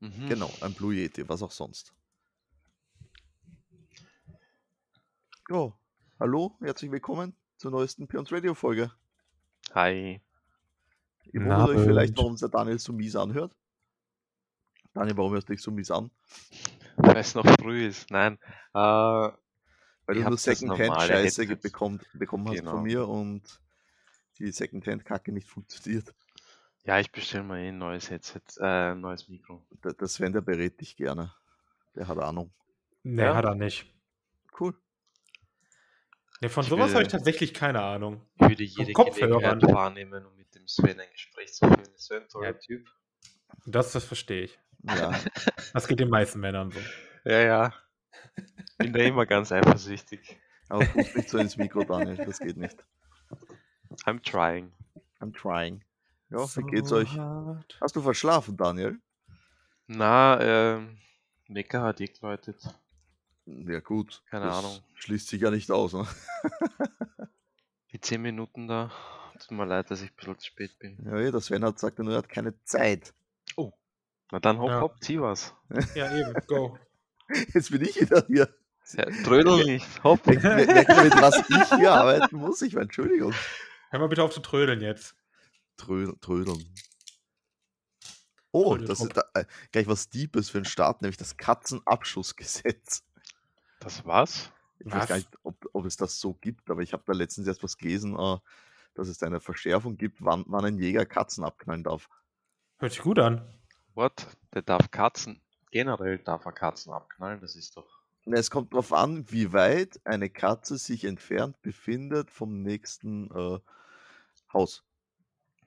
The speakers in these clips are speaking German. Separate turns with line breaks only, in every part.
Mhm.
Genau, ein Blue Yeti, was auch sonst. Ja, hallo, herzlich willkommen zur neuesten Pions Radio Folge.
Hi.
Ihr
Guten
wundert euch vielleicht,
Abend.
warum der Daniel so mies anhört. Daniel, warum hörst du dich so mies an?
Weil es noch früh ist. Nein. Äh,
Weil
Ich hab
du nur
das normale
Secondhand-Scheiße
Headset.
bekommen, bekommen hast
Genau.
von mir und die Secondhand-Kacke nicht funktioniert.
ja, ich bestelle mal eh ein neues Headset, äh, ein neues Mikro.
Der, der Sven, der berät dich gerne. Der hat Ahnung.
Nee,
Ja.
hat er nicht.
Cool.
Nee, von
Ich
sowas
will-
habe ich tatsächlich keine Ahnung.
Ich würde jede
Kopfhörern.
Gelegenheit wahrnehmen, um mit dem Sven ein Gespräch zu führen. Ist so ein toller
Ja.
Typ.
Das, das verstehe ich.
Ja,
Das geht den meisten Männern so.
Ja, ja. Bin da immer ganz eifersüchtig.
aber pust nicht so ins Mikro, Daniel, das geht nicht.
I'm trying.
I'm trying. Ja, wie geht's euch? Hast du verschlafen, Daniel?
Na, ähm, Mecker hat eh geläutet.
Ja, gut.
Keine
das
Ahnung.
Schließt sich ja nicht aus, ne?
Die 10 Minuten da. Tut mir leid, dass ich ein bisschen zu spät bin.
Ja, eh, der Sven hat gesagt, er nur, er hat keine Zeit.
Na dann hopp,
Ja.
hopp, zieh was.
Ja, eben. Go.
Jetzt bin ich wieder hier.
Ja, Trödel nicht, hopp.
Merkt ihr, merkt ihr, mit was ich hier arbeiten muss? Ich meine, Entschuldigung.
Hör mal bitte auf zu trödeln jetzt.
Trödel, trödeln. Oh,
Trödeltrupp.
das ist da, äh, gleich was Deepes für den Staat, nämlich das Katzenabschussgesetz.
Das war's?
Ich weiß gar
Was?
nicht, ob, ob es das so gibt, aber ich habe da letztens erst was gelesen, äh, dass es da eine Verschärfung gibt, wann, wann ein Jäger Katzen abknallen darf.
Hört sich gut an.
What? Der darf Katzen, generell darf er Katzen abknallen, das ist doch.
Na, Es kommt darauf an, wie weit eine Katze sich entfernt befindet vom nächsten äh, Haus.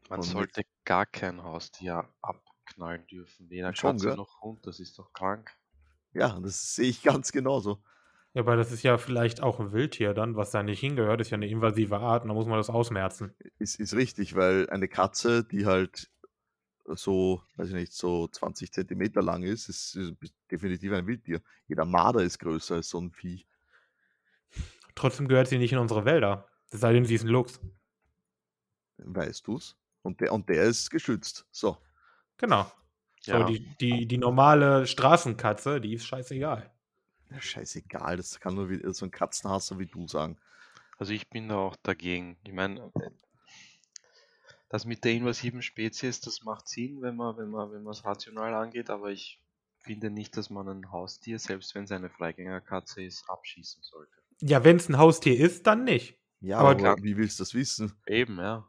Man
Und-
sollte gar kein Haustier abknallen dürfen. Weder
Schon,
Katze
gell?
noch Hund, das ist doch krank.
Ja, das sehe ich ganz genauso.
Ja, aber das ist ja vielleicht auch ein Wildtier dann, was da nicht hingehört. Ist ja eine invasive Art und da muss man das ausmerzen.
Ist, ist richtig, weil eine Katze, die halt so, weiß ich nicht, so 20 Zentimeter lang ist, ist, ist definitiv ein Wildtier. Jeder Marder ist größer als so ein Vieh.
Trotzdem gehört sie nicht in unsere Wälder. Es sei denn, sie ist ein Luchs.
Weißt du's? Und der, und der ist geschützt. So.
Genau.
Ja,
So, die, die, die normale Straßenkatze, die ist scheißegal.
Ja, scheißegal, das kann nur wie, so ein Katzenhasser wie du sagen.
also ich bin da auch dagegen. Ich meine, das mit der invasiven Spezies, das macht Sinn, wenn man wenn man, wenn man es rational angeht, aber ich finde nicht, dass man ein Haustier, selbst wenn es eine Freigängerkatze ist, abschießen sollte.
Ja, wenn es ein Haustier ist, dann nicht.
Ja,
Aber
aber,
klar.
wie willst du das wissen?
Eben, ja.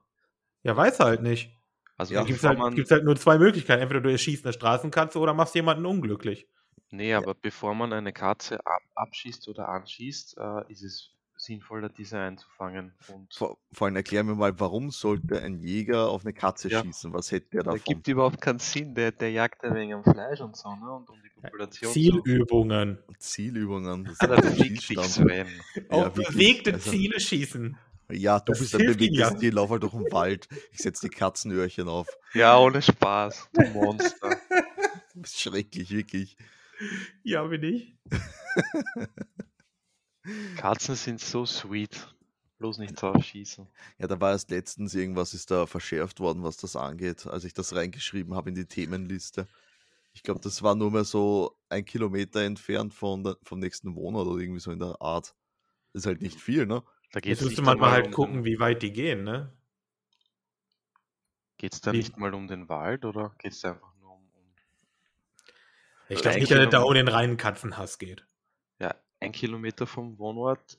Ja, weiß halt nicht.
Also
Ja,
bevor
Da gibt es halt,
man-
gibt's halt nur zwei Möglichkeiten. Entweder du erschießt eine Straßenkatze oder machst jemanden unglücklich.
Nee, aber bevor man eine Katze ab abschießt oder anschießt, äh, ist es sinnvoller, diese einzufangen. Und
Vor, vor allem erklär mir mal, warum sollte ein Jäger auf eine Katze
Ja.
schießen? Was hätte der
da
davon?
gibt überhaupt keinen Sinn, der, der jagt ja wegen am Fleisch und so, ne? Und um die Population. Ah,
Zielübungen.
Zielübungen. Das
Ah,
zu
ist
Alter,
ein
fick dich,
Schießstand.
Sven.
Auf
wirklich,
bewegte
also-
Ziele schießen.
Ja, du
Das
bist ein
hilft ihm
bewegtes
ja.
Tier, lauf halt durch den Wald. Ich setze die Katzenöhrchen auf.
Ja, ohne Spaß, du Monster.
Du bist schrecklich, wirklich.
Ja, bin ich.
Katzen sind so sweet. Bloß nicht drauf schießen.
Ja, da war erst letztens irgendwas, ist da verschärft worden, was das angeht, als ich das reingeschrieben habe in die Themenliste. Ich glaube, das war nur mehr so ein Kilometer entfernt von der, vom nächsten Wohnort oder irgendwie so in der Art. Das ist halt nicht viel, ne?
Da geht's
Jetzt müsste
nicht
man mal
einmal
halt
um
gucken,
Den,
wie weit die gehen, ne?
geht's da
wie-
nicht mal um den Wald oder geht's da einfach nur um. um
Ich
Äh,
glaube nicht,
eigentlich
dass es da
nur-
um den reinen Katzenhass geht.
ja, ein Kilometer vom Wohnort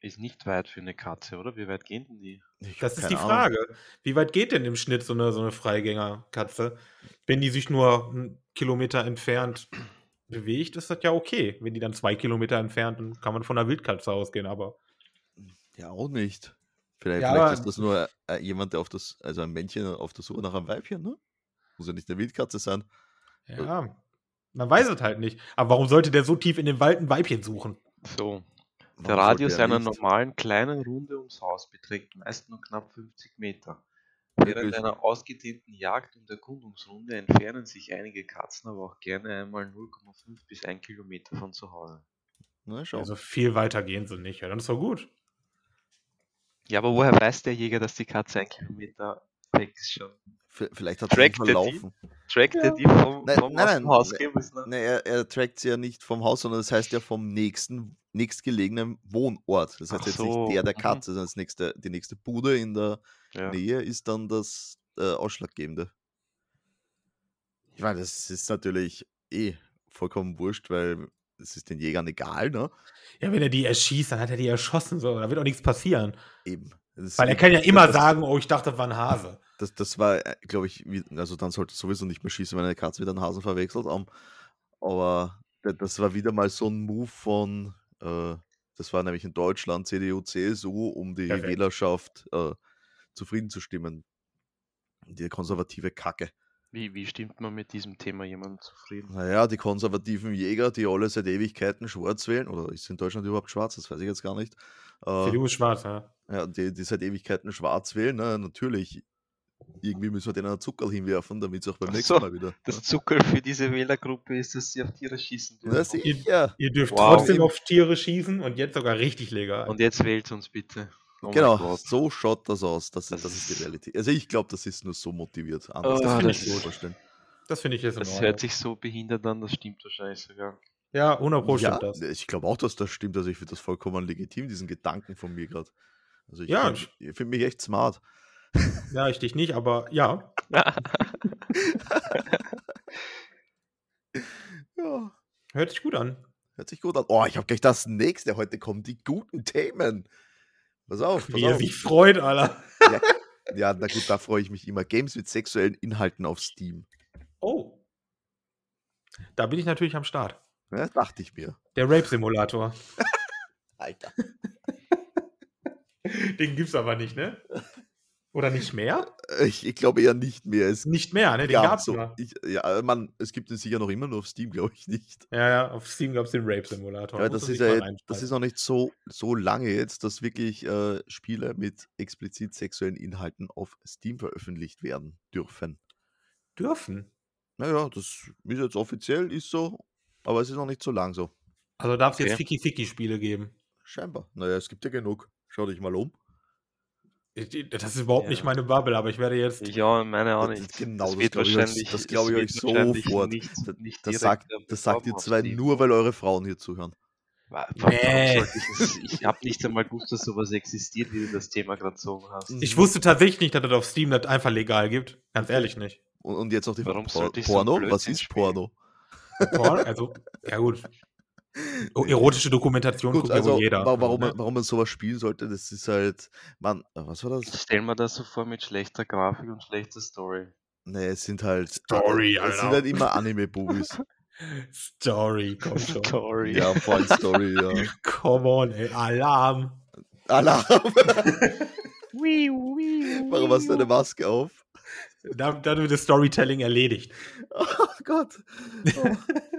ist nicht weit für eine Katze, oder? Wie weit gehen denn die?
Ich
Das
hab
ist
keine
die
Ahnung.
Frage. Wie weit geht denn im Schnitt so eine, so eine Freigängerkatze? Wenn die sich nur einen Kilometer entfernt bewegt, ist das ja okay. Wenn die dann zwei Kilometer entfernt, dann kann man von einer Wildkatze ausgehen, aber
Ja, auch nicht. Vielleicht,
Ja,
vielleicht
aber-
ist das nur äh, jemand, der auf das, also ein Männchen auf der Suche nach einem Weibchen, ne? Muss ja nicht eine Wildkatze sein.
Ja, man weiß es halt nicht. Aber warum sollte der so tief in den Wald ein Weibchen suchen?
So, der
Warum sollte
Radius
er
einer
nicht?
normalen kleinen Runde ums Haus beträgt meist nur knapp 50 Meter. Während
Wirklich?
einer ausgedehnten Jagd und Erkundungsrunde entfernen sich einige Katzen aber auch gerne einmal 0,5 bis 1 Kilometer von zu Hause.
Na, schau.
Also viel weiter gehen sie nicht. Ja, dann ist doch gut.
Ja, aber woher weiß der Jäger, dass die Katze 1 Kilometer Text schon.
V- Vielleicht hat er
Trackt
nicht
er die?
mal laufen.
Trackt
Ja.
er die vom,
Nein,
vom aus
nein,
dem
nein,
Haus
nein.
gehen bis nach.
Nee, er, er trackt sie ja nicht vom Haus, sondern das heißt ja vom nächsten, nächstgelegenen Wohnort. Das heißt
Ach
jetzt
so,
nicht der der
mhm.
Katze, sondern das nächste, die nächste Bude in der
Ja.
Nähe ist dann das äh, Ausschlaggebende. Ich meine, das ist natürlich eh vollkommen wurscht, weil es ist den Jägern egal, ne?
Ja, wenn er die erschießt, dann hat er die erschossen. So. Da wird auch nichts passieren.
Eben. Das ist
Weil er
eben-
kann ja immer
das,
sagen, oh, ich dachte, das war ein Hase.
Das, das war, glaube ich, wie, also dann sollte sowieso nicht mehr schießen, wenn eine Katze wieder einen Hasen verwechselt. am- aber da- das war wieder mal so ein Move von, äh, das war nämlich in Deutschland CDU, CSU, um die
Perfekt.
Wählerschaft äh, zufriedenzustimmen. Die konservative Kacke.
Wie, wie stimmt man mit diesem Thema jemanden zufrieden?
Naja, die konservativen Jäger, die alle seit Ewigkeiten schwarz wählen, oder ist in Deutschland überhaupt schwarz, das weiß ich jetzt gar nicht. Äh,
CDU ist schwarz, ja.
ja, die, die seit Ewigkeiten schwarz wählen, na, natürlich. Irgendwie müssen wir denen einen Zuckerl hinwerfen, damit es auch beim
Ach
nächsten
so,
Mal wieder.
Das Zuckerl für diese Wählergruppe ist, dass sie auf Tiere schießen
ne? Na,
dürfen.
sicher.
Ihr dürft
Wow.
trotzdem auf Tiere schießen und jetzt sogar richtig legal.
Und jetzt wählt uns bitte. Oh mein
Genau,
Gott.
so schaut das aus. Das,
Das
das, das ist
ist-
die Realität. Also ich glaube, das ist nur so motiviert. Anders
Oh,
kann ich
das
mir
ist-
nicht vorstellen.
das finde ich
Genau,
jetzt in
Das
Ordnung.
hört sich so behindert an, das stimmt wahrscheinlich sogar.
ja, 100 Pro
ja,
stimmt das.
Ich glaube auch, dass das stimmt. Also ich finde das vollkommen legitim, diesen Gedanken von mir gerade. Also ich
Ja,
finde
ich-
ich find mich echt smart.
Ja, ich dich nicht, aber ja.
Ja,
Hört sich gut an.
hört sich gut an. Oh, ich habe gleich das nächste. Heute kommen die guten Themen. Pass auf, pass
Wie er
auf.
sich freut, Alter.
Ja, ja, na gut, da freue ich mich immer. Games mit sexuellen Inhalten auf Steam.
Oh. Da bin ich natürlich am Start.
Ja, ne? dachte ich mir.
Der Rape-Simulator.
Alter.
Den gibt's aber nicht, ne? Oder nicht mehr?
Äh, Ich, ich glaube eher nicht mehr. Es
Nicht mehr, ne? Den
gab
gab's
so.
mal.
Ich, ja, äh, man, es gibt den sicher noch immer nur auf Steam, glaube ich nicht.
Ja, ja, auf Steam gab's den Rape-Simulator.
Ja,
Muss
das
man
ist
sich
ja,
mal
jetzt- das
reinschreiben.
ist noch nicht so, so lange jetzt, dass wirklich äh, Spiele mit explizit sexuellen Inhalten auf Steam veröffentlicht werden dürfen.
Dürfen.
Naja, das ist jetzt offiziell, ist so, aber es ist noch nicht so lang so.
Also darf es jetzt
Okay.
Ficky-Ficky-Spiele geben.
Scheinbar. Naja, es gibt ja genug. Schau dich mal um.
Ich- ich- Das ist überhaupt
Ja.
nicht meine Bubble, aber ich werde jetzt.
Ja, meine auch
Das-
nicht.
genau, das
wird
glaub ich euch-
wahrscheinlich-
das glaub ich
es
euch
wird
so
wahrscheinlich
fort.
Nicht,
Da-
nicht
Das
direkt
sagt,
am
das sagt ihr
Bekommen auf
zwei
Steam.
nur, weil eure Frauen hier zuhören.
Wa- wa- warum
Nee.
sollte Ich, das- ich habe nicht einmal gewusst, dass sowas existiert, wie du das Thema gerade so hast.
Mhm.
Ich wusste tatsächlich nicht, dass es auf Steam das einfach legal gibt. Ganz ehrlich nicht.
Und, und jetzt noch die
Warum
Por
sollte ich so einen
Porno? Was
Blödsinn
ist
spielen?
Porno?
Porn, also, ja gut. Oh, erotische Dokumentation
Gut,
guckt ja wohl
also
jeder.
wa- warum,
Also,
man,
ne?
warum man sowas spielen sollte, das ist halt, man, was war das?
Ich stell mir das so vor mit schlechter Grafik und schlechter Story.
Nee, es sind halt.
Story,
Es sind
Alter.
halt immer Anime-Bubis.
Story, komm schon.
Story.
ja, vor allem Story, ja.
Come on, ey. Alarm.
Alarm!
Wii, wii,
Warum hast du eine Maske auf?
Da, dann wird das Storytelling erledigt.
Oh Gott. Oh.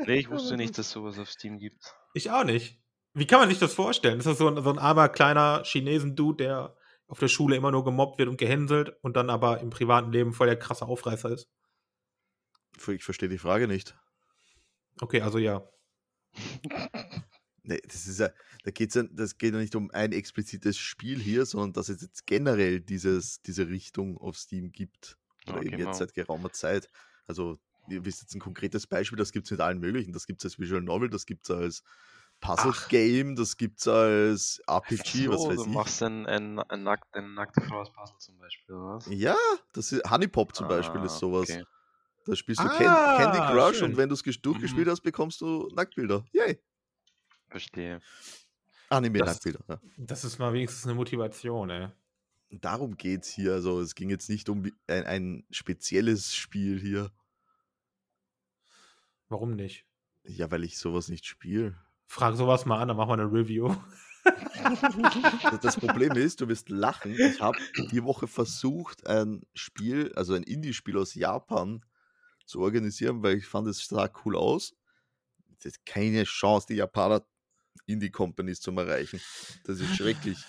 Nee, ich wusste nicht, dass sowas auf Steam gibt.
Ich auch nicht. Wie kann man sich das vorstellen? Ist das so ein, so ein armer kleiner Chinesen-Dude, der auf der Schule immer nur gemobbt wird und gehänselt und dann aber im privaten Leben voll der krasse Aufreißer ist?
Ich verstehe die Frage nicht.
Okay, also ja.
Nee, Ne, das ist ja, da geht's ja, das geht ja nicht um ein explizites Spiel hier, sondern dass es jetzt generell dieses, diese Richtung auf Steam gibt. Oder
Ja,
eben
genau.
jetzt seit geraumer Zeit. Also, ihr wisst jetzt ein konkretes Beispiel, das gibt es mit allen möglichen. Das gibt es als Visual Novel, das gibt es als Puzzle Game, das gibt es als RPG,
so,
was
du
weiß ich.
machst ein, ein, ein nackt, eine nackte Frau aus Puzzle zum Beispiel, oder was?
Ja, das ist, Honey Pop zum Beispiel ist
Ah,
sowas.
okay.
Da spielst du
Ah,
Can Candy Crush
schön.
und wenn du es
Mhm.
durchgespielt hast, bekommst du Nacktbilder. Yay!
Verstehe.
Das-
Anime-Nacktbilder. Ja.
Das ist mal wenigstens eine Motivation, ey.
Darum geht es hier. Also, es ging jetzt nicht um wie- ein, ein spezielles Spiel hier.
Warum nicht?
Ja, weil ich sowas nicht spiele.
Frag sowas mal an, dann machen wir eine Review.
Das- Also, Das Problem ist, du wirst lachen. Ich habe die Woche versucht, ein Spiel, also ein Indie-Spiel aus Japan zu organisieren, weil ich fand, es sah cool aus. Es ist keine Chance, die Japaner Indie-Companies zu erreichen. Das ist schrecklich.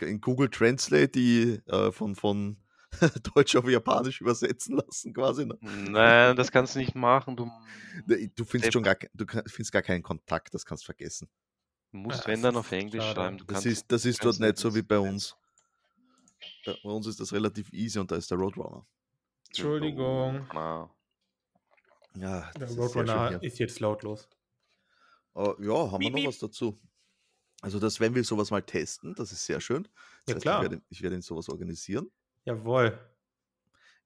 In Google Translate die äh, von, von Deutsch auf Japanisch übersetzen lassen quasi. Ne?
Nein, das kannst du nicht machen. Du
Du findest
Depp.
schon gar, ke- du kann- findest gar keinen Kontakt, das kannst vergessen.
musst,
Ja,
wenn
das
dann, auf
ist
Englisch
schade.
schreiben. Du
Das
kannst
ist, das ist dort
kannst du
nicht so wie
das-
bei uns. Bei bei uns ist das relativ easy und da ist der Roadrunner.
Entschuldigung.
Na,
Ja,
Der
das ist sehr schön
Roadrunner äh,
hier.
ist jetzt lautlos.
Oh, ja, haben wir
Miep,
noch
miep.
was dazu? Also, der Sven will sowas mal testen, das ist sehr schön.
Ja,
Das heißt,
klar.
Ich werde, ich werde ihn sowas organisieren.
Jawohl.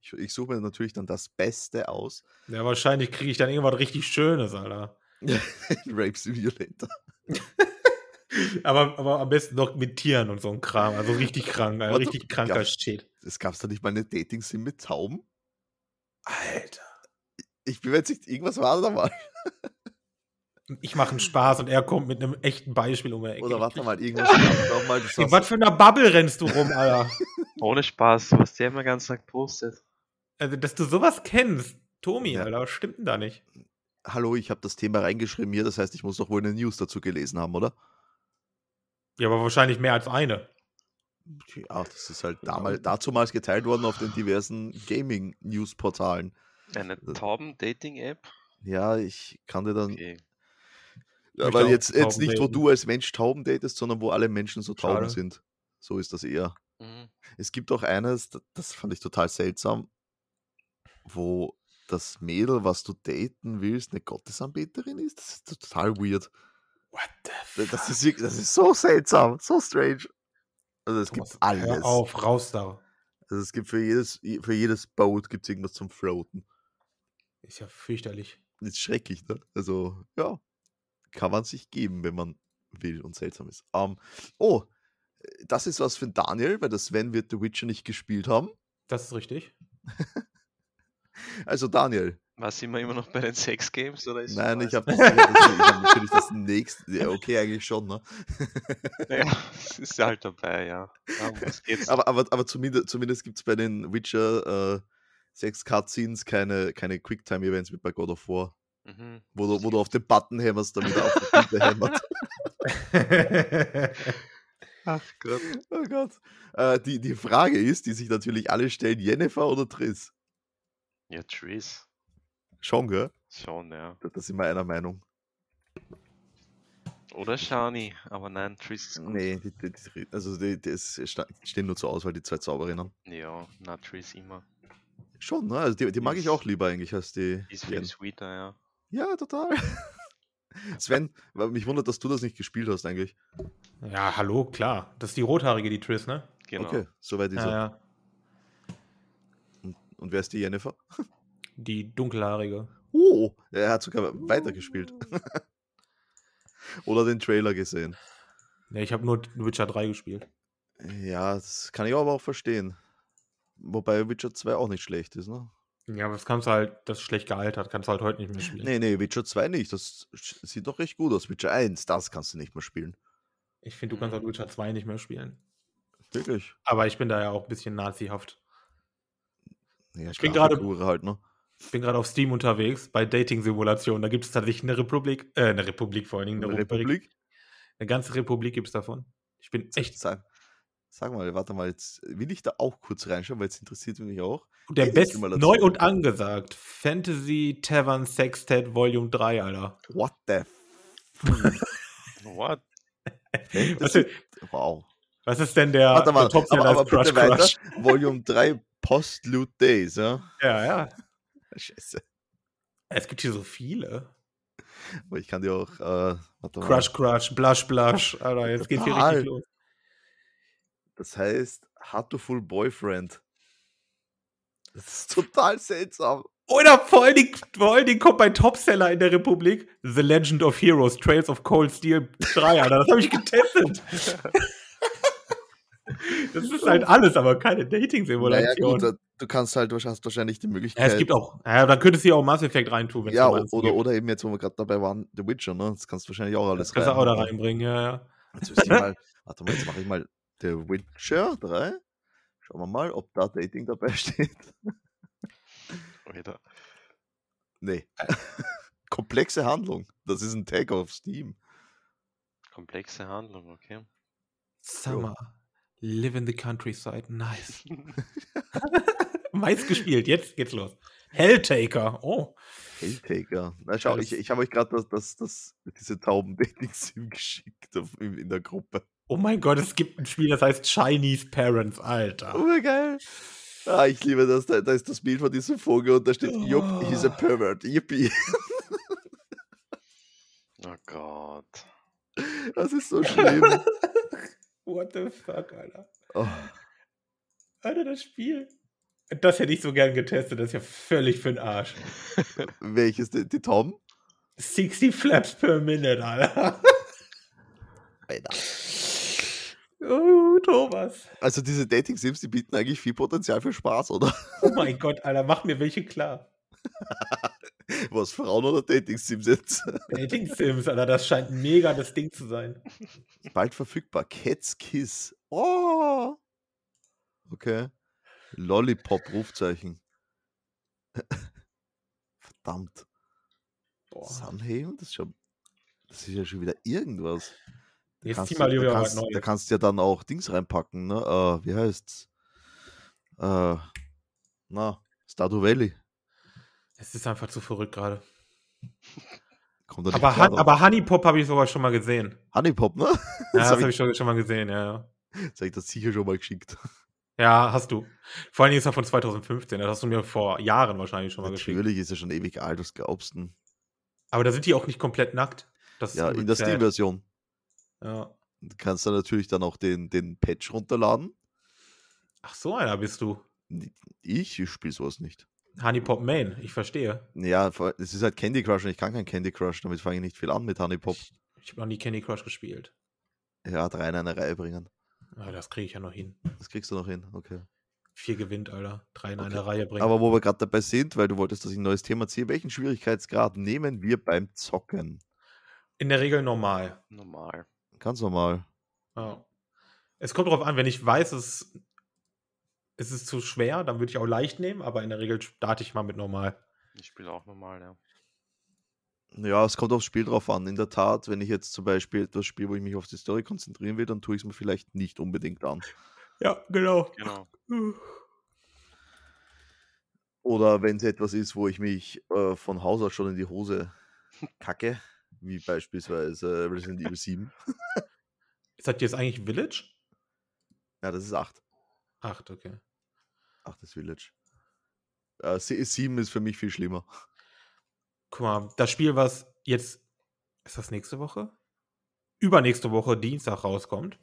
Ich, ich suche mir natürlich dann das Beste aus.
Ja, wahrscheinlich kriege ich dann irgendwas richtig Schönes, Alter.
Rape Simulator.
Aber, aber am besten noch mit Tieren und so ein Kram. Also richtig krank, Alter.
Aber du-
richtig kranker
ja.
Shit.
Es gab da nicht mal eine Dating-Sim mit Tauben.
Alter.
Ich bin mir jetzt nicht, irgendwas war da mal.
Ich mache einen Spaß und er kommt mit einem echten Beispiel um die Ecke.
Oder warte mal, irgendwas gab da mal. Das
In
war
was für einer Bubble rennst du rum, Alter?
ohne Spaß, was der immer ganz Tag postet.
also, dass du sowas kennst. Tomi,
Ja.
Alter, was stimmt denn da nicht?
so, Hallo, ich habe das Thema reingeschrieben hier, das heißt, ich muss doch wohl eine News dazu gelesen haben, oder?
Ja, aber wahrscheinlich mehr als eine.
Ja, das ist
Genau.
halt damals, dazumals geteilt worden auf den diversen Gaming-News-Portalen.
Eine
Das-
Tauben-Dating-App?
Ja, ich kann dir dann
Okay.
Ja,
Möchte
aber
auch
jetzt,
Tauben
jetzt nicht, wo
daten.
du als Mensch Tauben datest, sondern wo alle Menschen so Tauben
Schade.
sind. So ist das eher.
Mhm.
Es gibt auch eines, d- das fand ich total seltsam, wo das Mädel, was du daten willst, eine Gottesanbeterin ist. Das ist total weird.
What the
D- Das ist, wirklich- das ist so seltsam, so strange. Also es gibt alles.
Hör auf, raus da.
Also es gibt für jedes, für jedes Boot gibt's irgendwas zum Floaten.
Ist ja fürchterlich.
Das ist schrecklich, ne? Also, ja. Kann man sich geben, wenn man will und seltsam ist. Ähm, oh, das ist was für den Daniel, weil der Sven wird The Witcher nicht gespielt haben.
Das ist richtig.
Also, Daniel.
Was sind wir immer noch bei den Sex-Games? oder ist
nein,
was?
ich habe hab natürlich das nächste. Ja, okay, eigentlich schon, ne?
Ja, es ist halt dabei, ja. ja um was geht's?
Aber, aber, aber zumindest, zumindest gibt es bei den Witcher äh, sechs Cutscenes keine, keine Quicktime-Events mit bei God of War,
mhm.
wo du, wo du auf den Button hämmerst, damit er auf den Button hämmert.
Ach Gott.
Oh Gott. Äh, die, die Frage ist, die sich natürlich alle stellen, Jennifer oder Triss?
Ja, Tschüss.
Schon, gell?
Schon, ja.
Da da sind wir einer Meinung.
Oder Shani, aber nein, Tris ist gut.
Nee, die, die, die, also die, die es sta- stehen nur zur Auswahl die zwei Zauberinnen.
Ja, na, Tris immer.
Schon, ne? Also die, die mag ich auch lieber eigentlich als die.
Die ist
Jen.
viel sweeter, ja.
Ja, total. Sven, weil mich wundert, dass du das nicht gespielt hast eigentlich.
ja, hallo, klar. Das ist die rothaarige, die Triss, ne?
Genau.
Okay, soweit ist
Ja,
er.
ja.
Und wer ist die Jennifer?
Die dunkelhaarige.
Oh, er hat sogar weitergespielt.
Oh.
Oder den Trailer gesehen.
Ja, ich habe nur Witcher 3 gespielt.
Ja, das kann ich aber auch verstehen. Wobei Witcher 2 auch nicht schlecht ist, ne?
Ja, aber das kannst du halt, das ist schlecht gealtert, kannst du halt heute nicht mehr spielen.
Nee, nee, Witcher 2 nicht. Das sch- sieht doch recht gut aus. Witcher 1, das kannst du nicht mehr spielen.
Ich finde, du kannst
Mhm.
halt Witcher 2 nicht mehr spielen.
Wirklich?
Aber ich bin da ja auch ein bisschen nazihaft.
Ja,
Ich bin
klar,
gerade-
Hure halt, ne?
Ich bin gerade auf Steam unterwegs bei Dating-Simulationen. Da gibt es tatsächlich eine Republik, äh, eine Republik vor allen Dingen. Eine, Rubrik.
Republik?
Eine ganze Republik gibt es davon. Ich bin echt
Sag, sag mal, warte mal, jetzt will ich da auch kurz reinschauen, weil es interessiert mich auch.
der beste,
Dating-Simulation.
neu und angesagt. Fantasy Tavern Sextet Volume 3, Alter.
What the
What?
Was,
Fantasy? Wow.
was ist denn der,
Warte mal,
der Top-Seller
aber, aber
als Crush
bitte weiter.
Crush?
Volume 3 Post-Loot Days, ja?
Ja, ja.
Scheiße.
Es gibt hier so viele.
Aber ich kann dir auch, äh, warte mal.
Crush Crush, Blush Blush. Alter, jetzt geht hier
Total.
richtig los.
Das heißt, Hatoful Boyfriend. Das ist total seltsam.
Oder vor allen, Dingen, vor allen Dingen kommt bei Topseller in der Republik The Legend of Heroes, Trails of Cold Steel 3, Alter. Das habe ich getestet. das ist halt alles, aber keine
Naja,
Dating-Simulation.
gut, da- du kannst halt wahrscheinlich- hast wahrscheinlich die
ja,
Möglichkeit.
es gibt auch. Ja, dann könntest du ja auch Mass Effect reintun, wenn's
Ja,
so eins
oder,
gibt.
oder eben jetzt, wo wir gerade dabei waren, The Witcher, ne? Das kannst du wahrscheinlich auch alles
Das kannst du auch da
reinhauen.
reinbringen, ja, ja.
Jetzt müsste ich mal, warte mal, jetzt mache ich mal The Witcher 3. Schauen wir mal, ob da Dating dabei steht.
Alter.
Nee. Komplexe Handlung. Das ist ein Tag auf Steam.
Komplexe Handlung, okay.
Summer. Live in the countryside. Nice. Meist gespielt. Jetzt geht's los. Helltaker. Oh.
Helltaker. Na schau,
Ja, das-
ich, ich habe euch gerade das, das, das, diese Tauben-Dating-Sim geschickt auf, in, in der Gruppe.
Oh mein Gott, es gibt ein Spiel, das heißt Chinese Parents, Alter.
Oh, geil. Ah, ich liebe das. Da, da ist das Bild von diesem Vogel und da steht, Jupp,
Oh.
he's a pervert. Yippie.
Oh Gott.
Das ist so schlimm.
What the fuck, Alter.
Oh,
Alter, das Spiel. Das hätte ich so gern getestet, das ist ja völlig für den Arsch.
welches denn? Die Tom?
60 Flaps per Minute, Alter.
Alter.
Oh, Thomas.
Also diese Dating-Sims, die bieten eigentlich viel Potenzial für Spaß, oder?
Oh mein Gott, Alter, mach mir welche klar.
Was, Frauen oder Dating-Sims jetzt?
Dating Sims, Alter, das scheint mega das Ding zu sein.
Bald verfügbar. Cat's Kiss. Oh. Okay. Lollipop, Rufzeichen. Verdammt.
Boah.
Sunhaven, das ist, schon, das ist ja schon wieder irgendwas. Da
Jetzt
kannst,
zieh
du,
mal
da,
lieber was
kannst, da
Neues.
kannst du ja dann auch Dings reinpacken, ne? Äh, wie heißt's? Äh, na, Stardew Valley.
Es ist einfach zu verrückt gerade. Also-
Kommt da nicht
Aber,
klar
Han
drauf.
aber Honey Pop habe ich sogar schon mal gesehen.
Honeypop, ne?
Ja, das
hab
habe ich schon, schon mal gesehen, ja, ja.
Sag ich das sicher schon mal geschickt.
Ja, hast du. Vor allen Dingen ist er von 2015. Das hast du mir vor Jahren wahrscheinlich schon mal geschickt.
Natürlich ist er schon ewig alt, was glaubst du? denn?
Aber da sind die auch nicht komplett nackt. Das ist
Ja,
übel
in der
sad.
Steam-Version.
Ja.
Du kannst dann natürlich dann auch den, den Patch runterladen.
Ach, so einer bist du.
Ich, ich spiele sowas nicht.
Honey Pop Main, ich verstehe.
Ja, vor- es ist halt Candy Crush und ich kann kein Candy Crush, damit fange ich nicht viel an mit Honeypop.
Ich habe noch nie Candy Crush gespielt.
Ja, drei in eine Reihe bringen.
Ah, das kriege ich ja noch hin.
Das kriegst du noch hin, okay.
Vier gewinnt, Alter. Drei in
Okay.
einer Reihe bringen.
Aber wo wir gerade dabei sind, weil du wolltest, dass ich ein neues Thema ziehe, welchen Schwierigkeitsgrad nehmen wir beim Zocken?
in der Regel normal.
Normal.
Ganz normal.
Ja. Es kommt darauf an, wenn ich weiß, es, es ist zu schwer, dann würde ich auch leicht nehmen, aber in der Regel starte ich mal mit normal.
Ich spiele auch normal, ja.
Ja, es kommt aufs Spiel drauf an. In der Tat, wenn ich jetzt zum Beispiel etwas spiele, wo ich mich auf die Story konzentrieren will, dann tue ich es mir vielleicht nicht unbedingt an.
Ja, genau.
Genau.
Oder wenn es etwas ist, wo ich mich äh, von Haus aus schon in die Hose kacke, wie beispielsweise Resident Evil 7.
Ist das jetzt eigentlich Village?
Ja, das ist 8.
Acht, okay.
8 ist Village. Äh, sie- 7 ist für mich viel schlimmer.
Guck mal, das Spiel, was jetzt, ist das nächste Woche? Übernächste Woche, Dienstag rauskommt.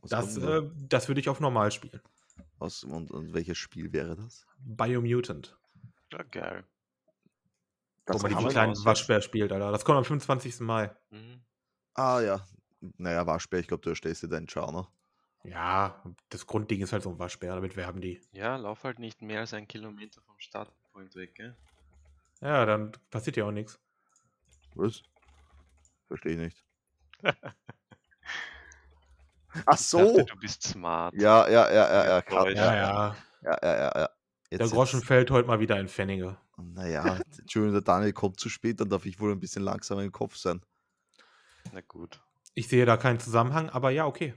Was
Das,
kommt denn da?
äh, das würde ich auf normal spielen.
Was, und, und welches Spiel wäre das?
Biomutant.
Ja, geil.
Wo man
kann
diesen
man
kleinen
raus-
Waschbär spielt, Alter. Das kommt am 25. Mai.
Mhm.
Ah ja. Naja, Waschbär, ich glaube, du erstellst dir deinen Charner.
Ja, das Grundding ist halt so ein Waschbär, damit werben die.
Ja, lauf halt nicht mehr als einen Kilometer vom Startpunkt weg, gell?
Ja, dann passiert ja auch nichts.
Was? Verstehe ich nicht. Ach so!
Dachte, du bist smart.
Ja, ja, ja, ja, ja, Karten,
Deutsch.
Ja,
ja,
ja.
ja, ja, ja, ja.
Der
Jetzt-
Groschen
jetzt-
fällt heute mal wieder in Pfennige.
Naja, Entschuldigung, der Daniel kommt zu spät, dann darf ich wohl ein bisschen langsamer im Kopf sein.
Na gut.
Ich sehe da keinen Zusammenhang, aber ja, okay.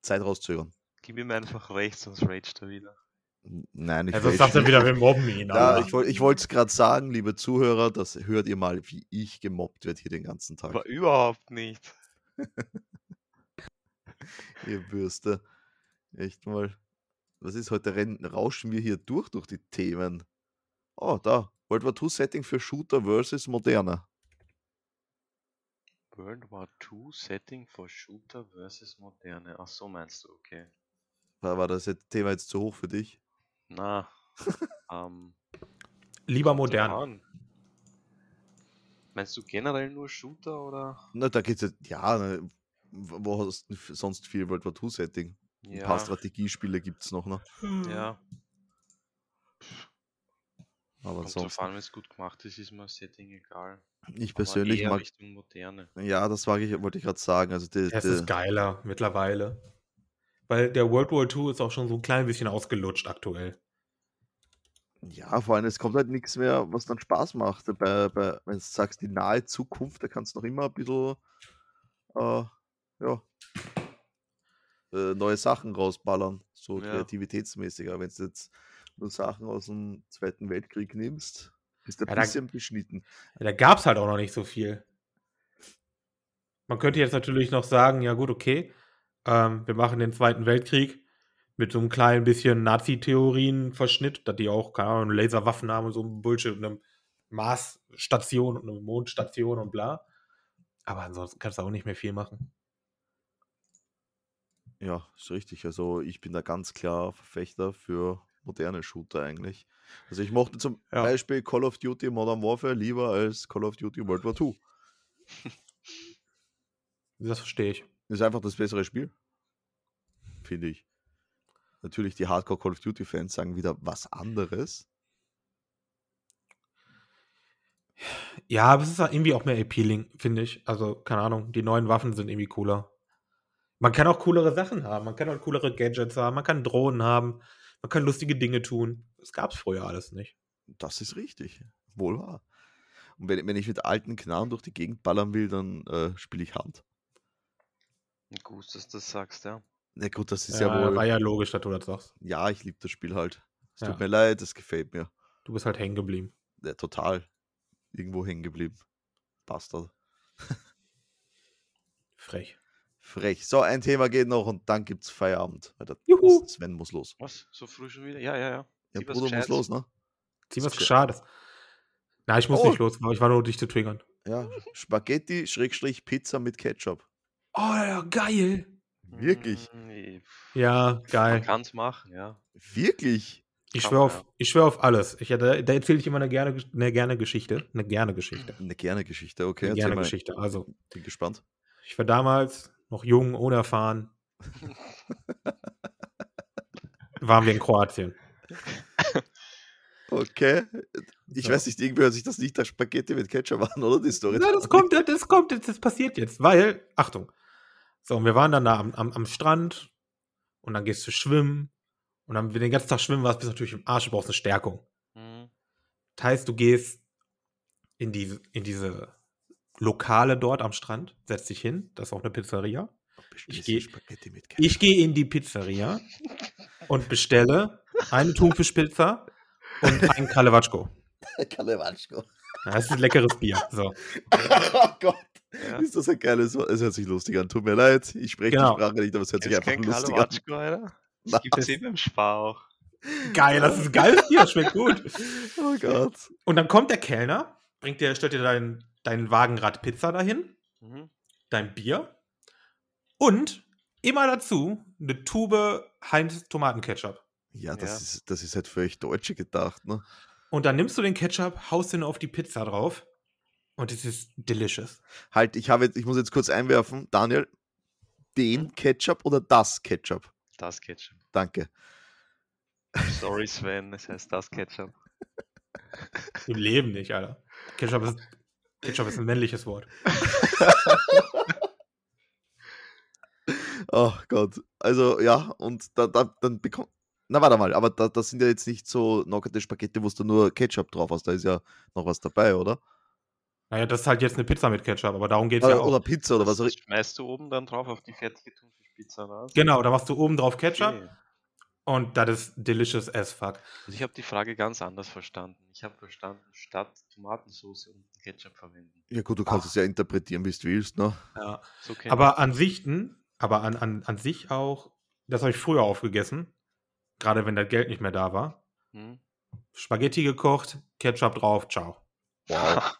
Zeit rauszögern.
Gib ihm einfach recht, sonst raged er wieder.
N- Nein, ich
Also
will-
sagt er wieder, genau. wir mobben ihn.
Ja,
Alter.
ich, woll- ich wollte es gerade sagen, liebe Zuhörer, das hört ihr mal, wie ich gemobbt wird hier den ganzen Tag.
Aber überhaupt nicht.
Ihr Bürste. Echt mal. Was ist heute? Rennen, rauschen wir hier durch, durch die Themen. Oh, da. World War II Setting für Shooter versus Moderne.
World War II Setting for Shooter versus Moderne. Ach so, meinst du, okay.
War, war das jetzt- Thema jetzt zu hoch für dich?
Na, ähm,
Lieber
kommt drauf
modern.
an. Meinst du generell nur Shooter oder?
Na, da geht's jetzt. Ja, ne, wo wo hast du f- sonst viel World War II Setting? Ein paar Strategiespiele gibt's noch, ne?
ja.
Aber
Kommt drauf
sonst.
an, wenn es gut gemacht ist, ist mir das Setting egal.
Ich
Aber
persönlich
eher
mag.
Richtung Moderne.
Ja, das war ich, wollte ich gerade sagen. Also die,
Es
die,
ist geiler mittlerweile. Weil der World War II ist auch schon so ein klein bisschen ausgelutscht aktuell.
Ja, vor allem, es kommt halt nichts mehr, was dann Spaß macht. Bei, bei, wenn du sagst, die nahe Zukunft, da kannst du noch immer ein bisschen äh, ja, äh, neue Sachen rausballern, so
Ja.
kreativitätsmäßig. Aber wenn du jetzt nur Sachen aus dem Zweiten Weltkrieg nimmst, bist du ein
Ja, da-
bisschen beschnitten.
Da gab es halt auch noch nicht so viel. Man könnte jetzt natürlich noch sagen, ja gut, okay, ähm, wir machen den Zweiten Weltkrieg mit so einem kleinen bisschen Nazi-Theorien-Verschnitt, dass die auch, keine Ahnung, Laserwaffen haben und so ein Bullshit und eine Marsstation und eine Mondstation und bla. Aber ansonsten kannst du auch nicht mehr viel machen.
Ja, ist richtig. Also ich bin da ganz klar Verfechter für moderne Shooter eigentlich. Also ich mochte zum
Ja.
Beispiel Call of Duty Modern Warfare lieber als Call of Duty World War II.
Das verstehe ich.
Ist einfach das bessere Spiel. Finde ich. Natürlich, die Hardcore Call of Duty Fans sagen wieder was anderes.
Ja, aber es ist halt irgendwie auch mehr appealing, finde ich. Also, keine Ahnung, die neuen Waffen sind irgendwie cooler. Man kann auch coolere Sachen haben, man kann auch coolere Gadgets haben, man kann Drohnen haben, man kann lustige Dinge tun. Das gab's früher alles nicht.
Das ist richtig. Wohl wahr. Und wenn, wenn ich mit alten Knarren durch die Gegend ballern will, dann äh, spiele ich Hand.
Gut, dass du das sagst, ja.
Na gut, das ist ja, wohl.
Äh, War ja logisch, dass du das sagst.
ja, ich liebe das Spiel halt. Es
Ja.
tut mir leid, es gefällt mir.
Du bist halt hängen geblieben.
Ja, total. Irgendwo hängen geblieben. Bastard.
Frech.
Frech. So, ein Thema geht noch und dann gibt's Feierabend. Alter,
Juhu.
Sven muss los.
Was? So früh schon wieder? Ja, ja, ja.
Ja,
Sieh was
Bruder muss
Gescheites.
los, ne?
Zieh was
Ist-
Geschades. Na, ich muss
Oh.
nicht los, aber ich war nur dich zu triggern.
Ja, Spaghetti, Schrägstrich, Pizza mit Ketchup.
Oh, ja, geil.
Wirklich?
Mm, nee, pff,
Ja,
Man
geil.
kann es machen, ja.
Wirklich?
Ich
kann
schwör
man,
auf, ich schwör auf alles. Ich, ja, da da erzähle ich immer eine gerne, eine gerne Geschichte. Eine gerne Geschichte.
Eine gerne Geschichte, okay.
Eine
erzähl
gerne
mal.
Geschichte. Also,
Bin gespannt.
Ich war damals noch jung, unerfahren. waren wir in Kroatien.
Okay. Ich
So.
weiß nicht, irgendwie hört sich das nicht nach Spaghetti mit Ketchup an, oder? Die Story.
Ja, das kommt, das kommt, das, das passiert jetzt, weil, Achtung. So, und wir waren dann da am, am, am Strand und dann gehst du schwimmen und dann, wenn du den ganzen Tag schwimmen warst, bist du natürlich im Arsch, du brauchst eine Stärkung.
Mhm.
Das heißt, du gehst in diese, in diese Lokale dort am Strand, setzt dich hin, das ist auch eine Pizzeria.
Bestellst
geh-
du Spaghetti mit Ketchup.
Ich gehe in die Pizzeria und bestelle eine Thunfischpizza und einen Kalewatschko.
Kalewanschko.
Ja, Das ist ein leckeres Bier. So.
oh Gott.
Ja.
Ist das ein geiles Wort? Es hört sich lustig an. Tut mir leid, ich spreche
Genau.
die Sprache nicht, aber es hört sich
Kennst
einfach
keinen
lustig an.
Kalawatschko, Alter? Das gibt es
Was?
eben im Spar auch.
Geil, das ist ein geiles Bier, schmeckt gut.
Oh Gott.
Und dann kommt der Kellner, bringt dir, stellt dir dein, dein Wagenrad Pizza dahin,
Mhm.
dein Bier und immer dazu eine Tube Heinz Tomatenketchup.
Ja, das,
Ja.
Ist, das ist halt für euch Deutsche gedacht, ne?
Und dann nimmst du den Ketchup, haust den auf die Pizza drauf und es ist delicious.
Halt, ich habe jetzt, ich muss jetzt kurz einwerfen, Daniel, den Ketchup oder das Ketchup?
Das Ketchup.
Danke.
Sorry, Sven, es heißt das Ketchup.
Im Leben nicht, Alter. Ketchup ist, Ketchup ist ein männliches Wort.
Oh Gott. Also ja, und da, da, dann bekommt. Na, warte mal, aber da, das sind ja jetzt nicht so knockerte Spaghetti, wo du nur Ketchup drauf hast. Da ist ja noch was dabei, oder?
Naja, das ist halt jetzt eine Pizza mit Ketchup, aber darum geht es
Oder,
ja auch.
oder Pizza oder was auch
Das
immer.
schmeißt du oben dann drauf auf die fertige Thunfischpizza raus?
Genau, da machst du oben drauf Ketchup
Okay.
und das ist delicious as fuck.
Also ich habe die Frage ganz anders verstanden. Ich habe verstanden, statt Tomatensauce und Ketchup verwenden.
Ja gut, du kannst es ja interpretieren, wie du willst, ne?
Ja.
So kenn
Aber an sich, hm, aber an, an, an sich auch, das habe ich früher aufgegessen, gerade wenn das Geld nicht mehr da war.
ich. Hm?
Spaghetti gekocht, Ketchup drauf, ciao.
Wow.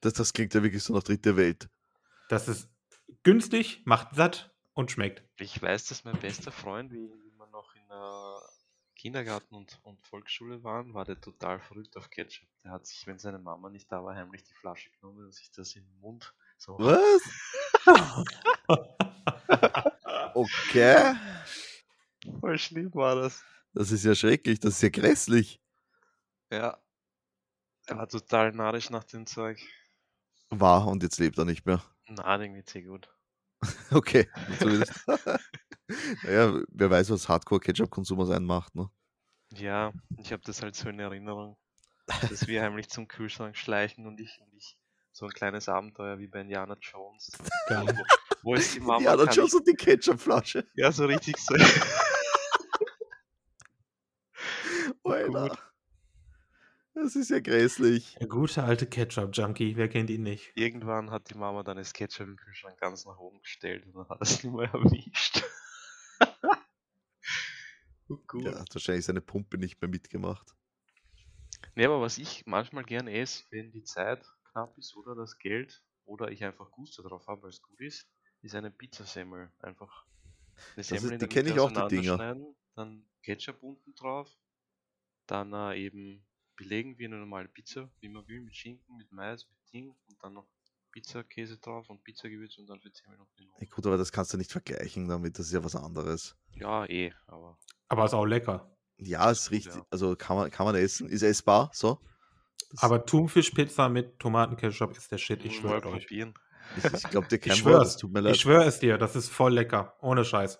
das, das klingt ja wirklich so nach dritte Welt.
Das ist günstig, macht satt und schmeckt.
Ich weiß, dass mein bester Freund, wie wie wir noch in der Kindergarten und, und Volksschule waren, war der total verrückt auf Ketchup. Der hat sich, wenn seine Mama nicht da war, heimlich die Flasche genommen und sich das in den Mund so.
Was? Okay.
Voll schlimm war das.
Das ist ja schrecklich, das ist ja grässlich.
Ja. Er war total narrisch nach dem Zeug.
War und jetzt lebt er nicht mehr.
Na, den geht's eh gut.
Okay. Zumindest. naja, wer weiß, was Hardcore-Ketchup-Konsum aus einem macht, ne?
Ja, ich habe das halt so in Erinnerung, dass wir heimlich zum Kühlschrank schleichen und ich, und ich so ein kleines Abenteuer wie bei Indiana Jones.
Geil.
Wo, wo ist die Mama?
ja, dann
Kann
schon so die Ketchup-Flasche.
Ich, ja, so richtig so.
Alter. Das ist ja grässlich.
Der gute alte Ketchup-Junkie, wer kennt ihn nicht?
Irgendwann hat die Mama dann das Ketchup im Kühlschrank ganz nach oben gestellt und dann hat er es nicht mehr erwischt. oh, gut.
Der hat wahrscheinlich seine Pumpe nicht mehr mitgemacht.
Nee, aber was ich manchmal gern esse, wenn die Zeit knapp ist oder das Geld oder ich einfach Gusto drauf habe, weil es gut ist, ist eine Pizzasemmel. Einfach eine
ist-
in
die
der
kenn
Mitte
ich auch, die Dinger.
auseinanderschneiden, Dann Ketchup unten drauf, dann äh, eben belegen wie eine normale Pizza, wie man will, mit Schinken, mit Mais, mit Ding und dann noch Pizzakäse drauf und Pizzagewürz und dann für 10 Minuten in den
Ja,
Ofen.
gut, aber das kannst du nicht vergleichen damit, das ist ja was anderes.
Ja, eh, aber
Aber ist auch lecker.
Ja,
Das ist
ist
gut,
richtig,
ja.
also kann man, kann man essen, ist essbar, so. Das-
Aber Thunfischpizza mit Tomatenketchup ist der Shit, ich
Nur mal
schwöre euch.
probieren.
das ist, ich glaube dir
Ich
kein Wort,
schwöre
es tut mir leid.
ich schwöre es dir, das ist voll lecker. Ohne Scheiß.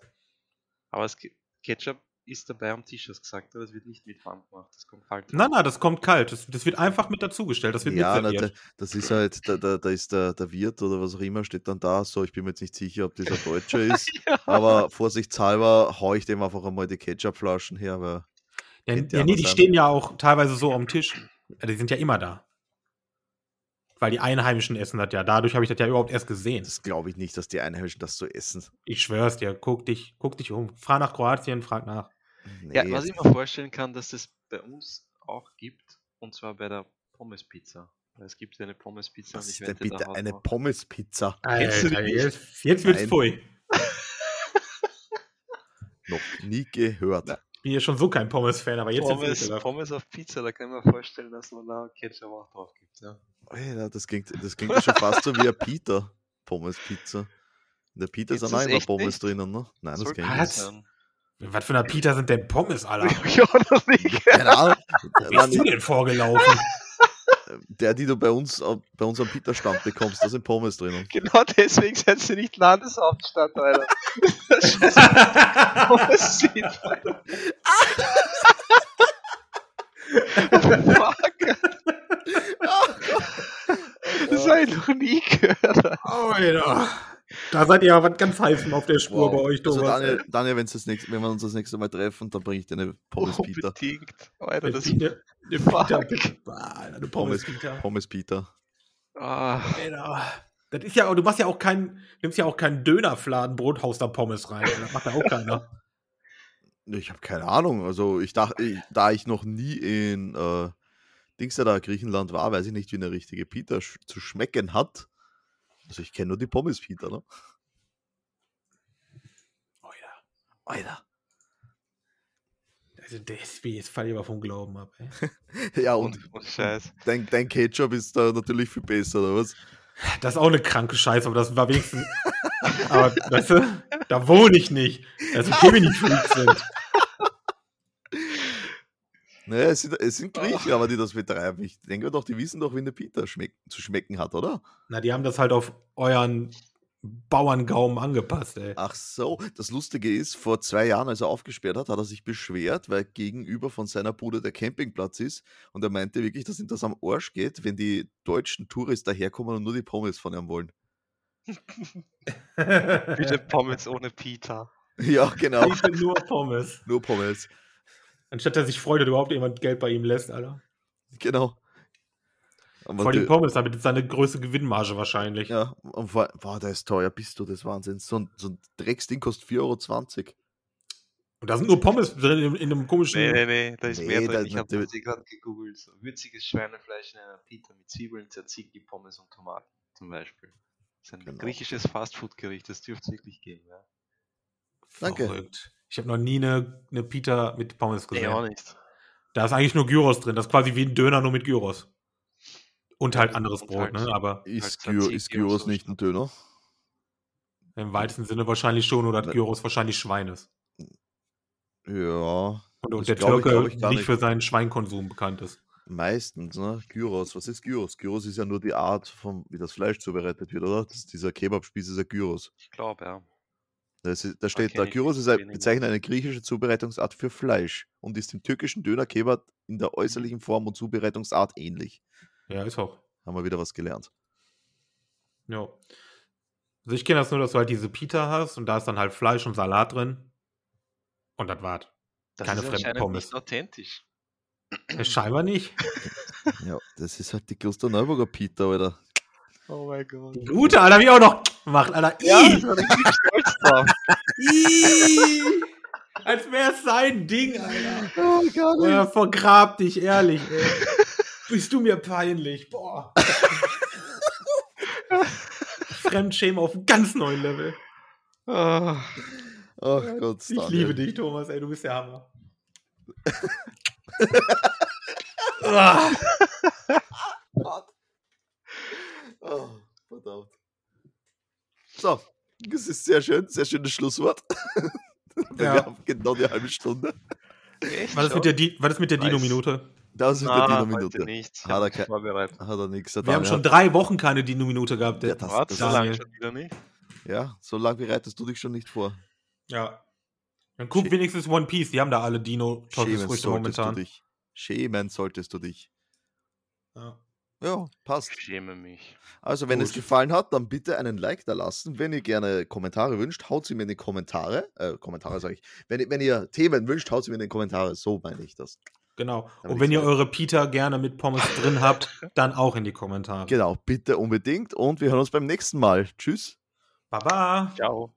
Aber das Ke- Ketchup ist dabei am Tisch, hast du gesagt, oder? das wird nicht mit Hand gemacht, das kommt kalt.
Nein, nein, das kommt kalt. Das, das wird einfach mit dazugestellt. Das wird
ja, na, da,
mitserviert.
das ist halt, da, da, da ist der, der Wirt oder was auch immer, steht dann da, so, ich bin mir jetzt nicht sicher, ob dieser Deutsche ist, aber vorsichtshalber haue ich dem einfach einmal die Ketchupflaschen her, weil
Ja,
Kennt ihr
ja, nee,
aber
die
sein.
stehen ja auch teilweise so am Tisch. Ja, Die sind ja immer da. Weil die Einheimischen essen das ja. Dadurch habe ich das ja überhaupt erst gesehen.
das glaube ich nicht, dass die Einheimischen das so essen.
Ich schwör's dir, guck dich, guck dich um. Fahr nach Kroatien, frag nach.
Nee,
Ja, was ich mir vorstellen kann, dass es bei uns auch gibt, und zwar bei der Pommes-Pizza. Weil Es gibt ja eine Pommes-Pizza
was ist denn
wette, da
bitte
haut
eine
man-
Pommes-Pizza?
Kennst du die
Alter,
nicht?
jetzt, jetzt wird's
Nein.
pfui.
Noch nie gehört.
Ich bin ja schon so kein Pommes-Fan, aber jetzt wird's
Pommes,
ekelhaft.
Pommes auf Pizza, da kann ich mir vorstellen, dass man da Ketchup auch drauf gibt. Ja.
Alter, das klingt, das klingt ja schon fast so wie ein Peter. Pommes-Pizza. In der Pizza
Gibt's das
sind auch immer
echt
Pommes
nicht?
drinnen, ne? Nein, das
Soll
klingt
gut
Was?
sein.
Was für eine Pita sind denn Pommes, Alter?
ja, oder nicht?
Keine Ahnung.
Wie bist du
Mann,
denn vorgelaufen?
der, die du bei uns, auf- bei uns am Peter-Stand bekommst, da sind Pommes drinnen.
Genau deswegen seid ihr nicht Landeshauptstadt, Alter. Pommes sind, Alter. Fuck, das habe ich noch nie gehört.
Alter. Da seid ihr ja was ganz Heißem auf der
Wow.
Spur bei euch,
Also
Thomas.
Daniel, Daniel wenn's das nächste, wenn wir uns das nächste Mal treffen, dann bringe ich dir eine Pommes-Peter.
Unbedingt. Alter,
Eine
das
Pita- eine
Fuck.
Pita- Ah, Eine Pommes-Pita.
Pommes-Peter.
Ah,
Alter. Das ist ja, auch- du machst ja auch keinen, nimmst ja auch keinen Dönerfladenbrot, haust da Pommes rein. Das macht ja auch keiner.
Ich habe keine Ahnung. Also ich dachte, ich, da ich noch nie in äh, Dings da Griechenland war, weiß ich nicht, wie eine richtige Pita sch zu schmecken hat. Also ich kenne nur die Pommes-Pita, ne?
Alter.
Alter.
Also, das, jetzt fall ich aber vom Glauben ab, ey.
Ja, und
und, und Scheiß.
dein, dein Ketchup ist da natürlich viel besser, oder was?
Das ist auch eine kranke Scheiße, aber das war wenigstens. aber weißt du, da wohne ich nicht. Das ist okay, wenn die Freaks sind.
Naja, Ne, es sind, es sind Griechen, aber die das betreiben. Ich denke mir doch, die wissen doch, wie eine Pita schmeck, zu schmecken hat, oder?
Na, die haben das halt auf euren Bauerngaumen angepasst, ey.
Ach so, das Lustige ist, vor zwei Jahren, als er aufgesperrt hat, hat er sich beschwert, weil gegenüber von seiner Bude der Campingplatz ist. Und er meinte wirklich, dass ihm das am Arsch geht, wenn die deutschen Touristen daherkommen und nur die Pommes von ihm wollen.
Bitte Pommes ohne Pita.
Ja, genau,
Ich bin nur Pommes.
nur Pommes.
Anstatt dass ich freut, dass überhaupt jemand Geld bei ihm lässt, Alter.
Genau. Aber
Vor
die-
allem Pommes, damit ist seine größte Gewinnmarge wahrscheinlich.
Ja, und vor, boah, der ist teuer, bist du des Wahnsinns. So ein, so ein Drecksding kostet 4,20 Euro.
Und da sind nur Pommes drin in, in einem komischen.
Nee, nee, nee, da ist
Nee,
mehr
da-
drin. Ich habe
da-
das gerade gegoogelt. So würziges Schweinefleisch in einer Pita mit Zwiebeln, Tzatziki, Pommes und Tomaten zum Beispiel. Das ist ein
Genau.
griechisches Fastfood-Gericht, das dürfte es wirklich geben. Ja.
Danke.
Verrückt. Ich habe noch nie eine, eine Pita mit Pommes gesehen.
nicht.
Da ist eigentlich nur Gyros drin. Das ist quasi wie ein Döner, nur mit Gyros. Und halt anderes
Und
Brot,
halt-
ne? Aber
Ist,
Halt
Gyro,
Tzatziki
ist
und
Gyros
so.
nicht ein Döner?
im weitesten Sinne wahrscheinlich schon. Oder
Äh,
hat Gyros wahrscheinlich Schweines.
Ja,
Und, und
Das
der
glaub ich-
Türke
glaub ich
nicht,
gar nicht.
für seinen Schweinkonsum bekannt ist.
meistens, ne? Gyros. Was ist Gyros? Gyros ist ja nur die Art, vom, wie das Fleisch zubereitet wird, oder? Das, ist dieser Kebabspieß ist ja Gyros.
Ich glaube, ja.
Das ist, da steht
kenn
da,
ich
Gyros
jetzt
ist ein,
weniger.
bezeichnet eine griechische Zubereitungsart für Fleisch und ist dem türkischen Döner Kebab in der äußerlichen Form und Zubereitungsart ähnlich.
Ja, ist auch.
Haben wir wieder was gelernt.
Ja. Also ich kenne das nur, dass du halt diese Pita hast und da ist dann halt Fleisch und Salat drin. Und das war's.
Das
Keine
ist
fremden
anscheinend
Pommes.
nicht authentisch.
Äh, Scheinbar nicht.
Ja, das ist halt die Klosterneuburger Peter, Alter.
Oh mein Gott.
Die Gute, Alter, hab ich auch noch gemacht, Alter. Ih, ih, als wär's sein Ding, Alter.
Oh Gott.
Oder vergrab dich, ehrlich, ey. Bist du mir peinlich, boah. Fremdschämen auf einem ganz neuen Level.
Ah,
Ach Gott,
Ich liebe dich, Thomas, ey, du bist der Hammer. Ah,
Oh, verdammt. So, das ist sehr schön, sehr schönes Schlusswort.
Ja.
Wir haben genau die halbe Stunde.
echt?
war, das mit der Di- war das mit der
Nice.
Dino-Minute?
Das ist
Ah,
Na,
eine
heute
Minute.
nicht. Ich
Hat er
hab mich
kein-
vorbereitet.
Hat er nichts.
Wir haben schon drei Wochen keine Dino-Minute gehabt.
ja,
ey.
das,
Warte,
das,
so
Daniel.
lange schon wieder nicht.
ja, so lange bereitest du dich schon nicht vor.
Ja. Dann guck
Shit.
wenigstens One Piece. Die haben da alle
Schämen
Dino-Teufelsfrüchte
solltest du
momentan.
dich. Schämen solltest du dich.
Ja.
Ja, passt.
Ich schäme mich.
Also, wenn es
Gut.
gefallen hat, dann bitte einen Like da lassen. Wenn ihr gerne Kommentare wünscht, haut sie mir in die Kommentare. Äh, Kommentare sage ich. Wenn, ihr- wenn ihr Themen wünscht, haut sie mir in die Kommentare. So meine ich das.
Genau.
Damit
Und wenn
ich-
ihr eure Pita gerne mit Pommes drin habt, dann auch in die Kommentare.
Genau, bitte unbedingt. Und wir hören uns beim nächsten Mal. Tschüss.
Baba.
Ciao.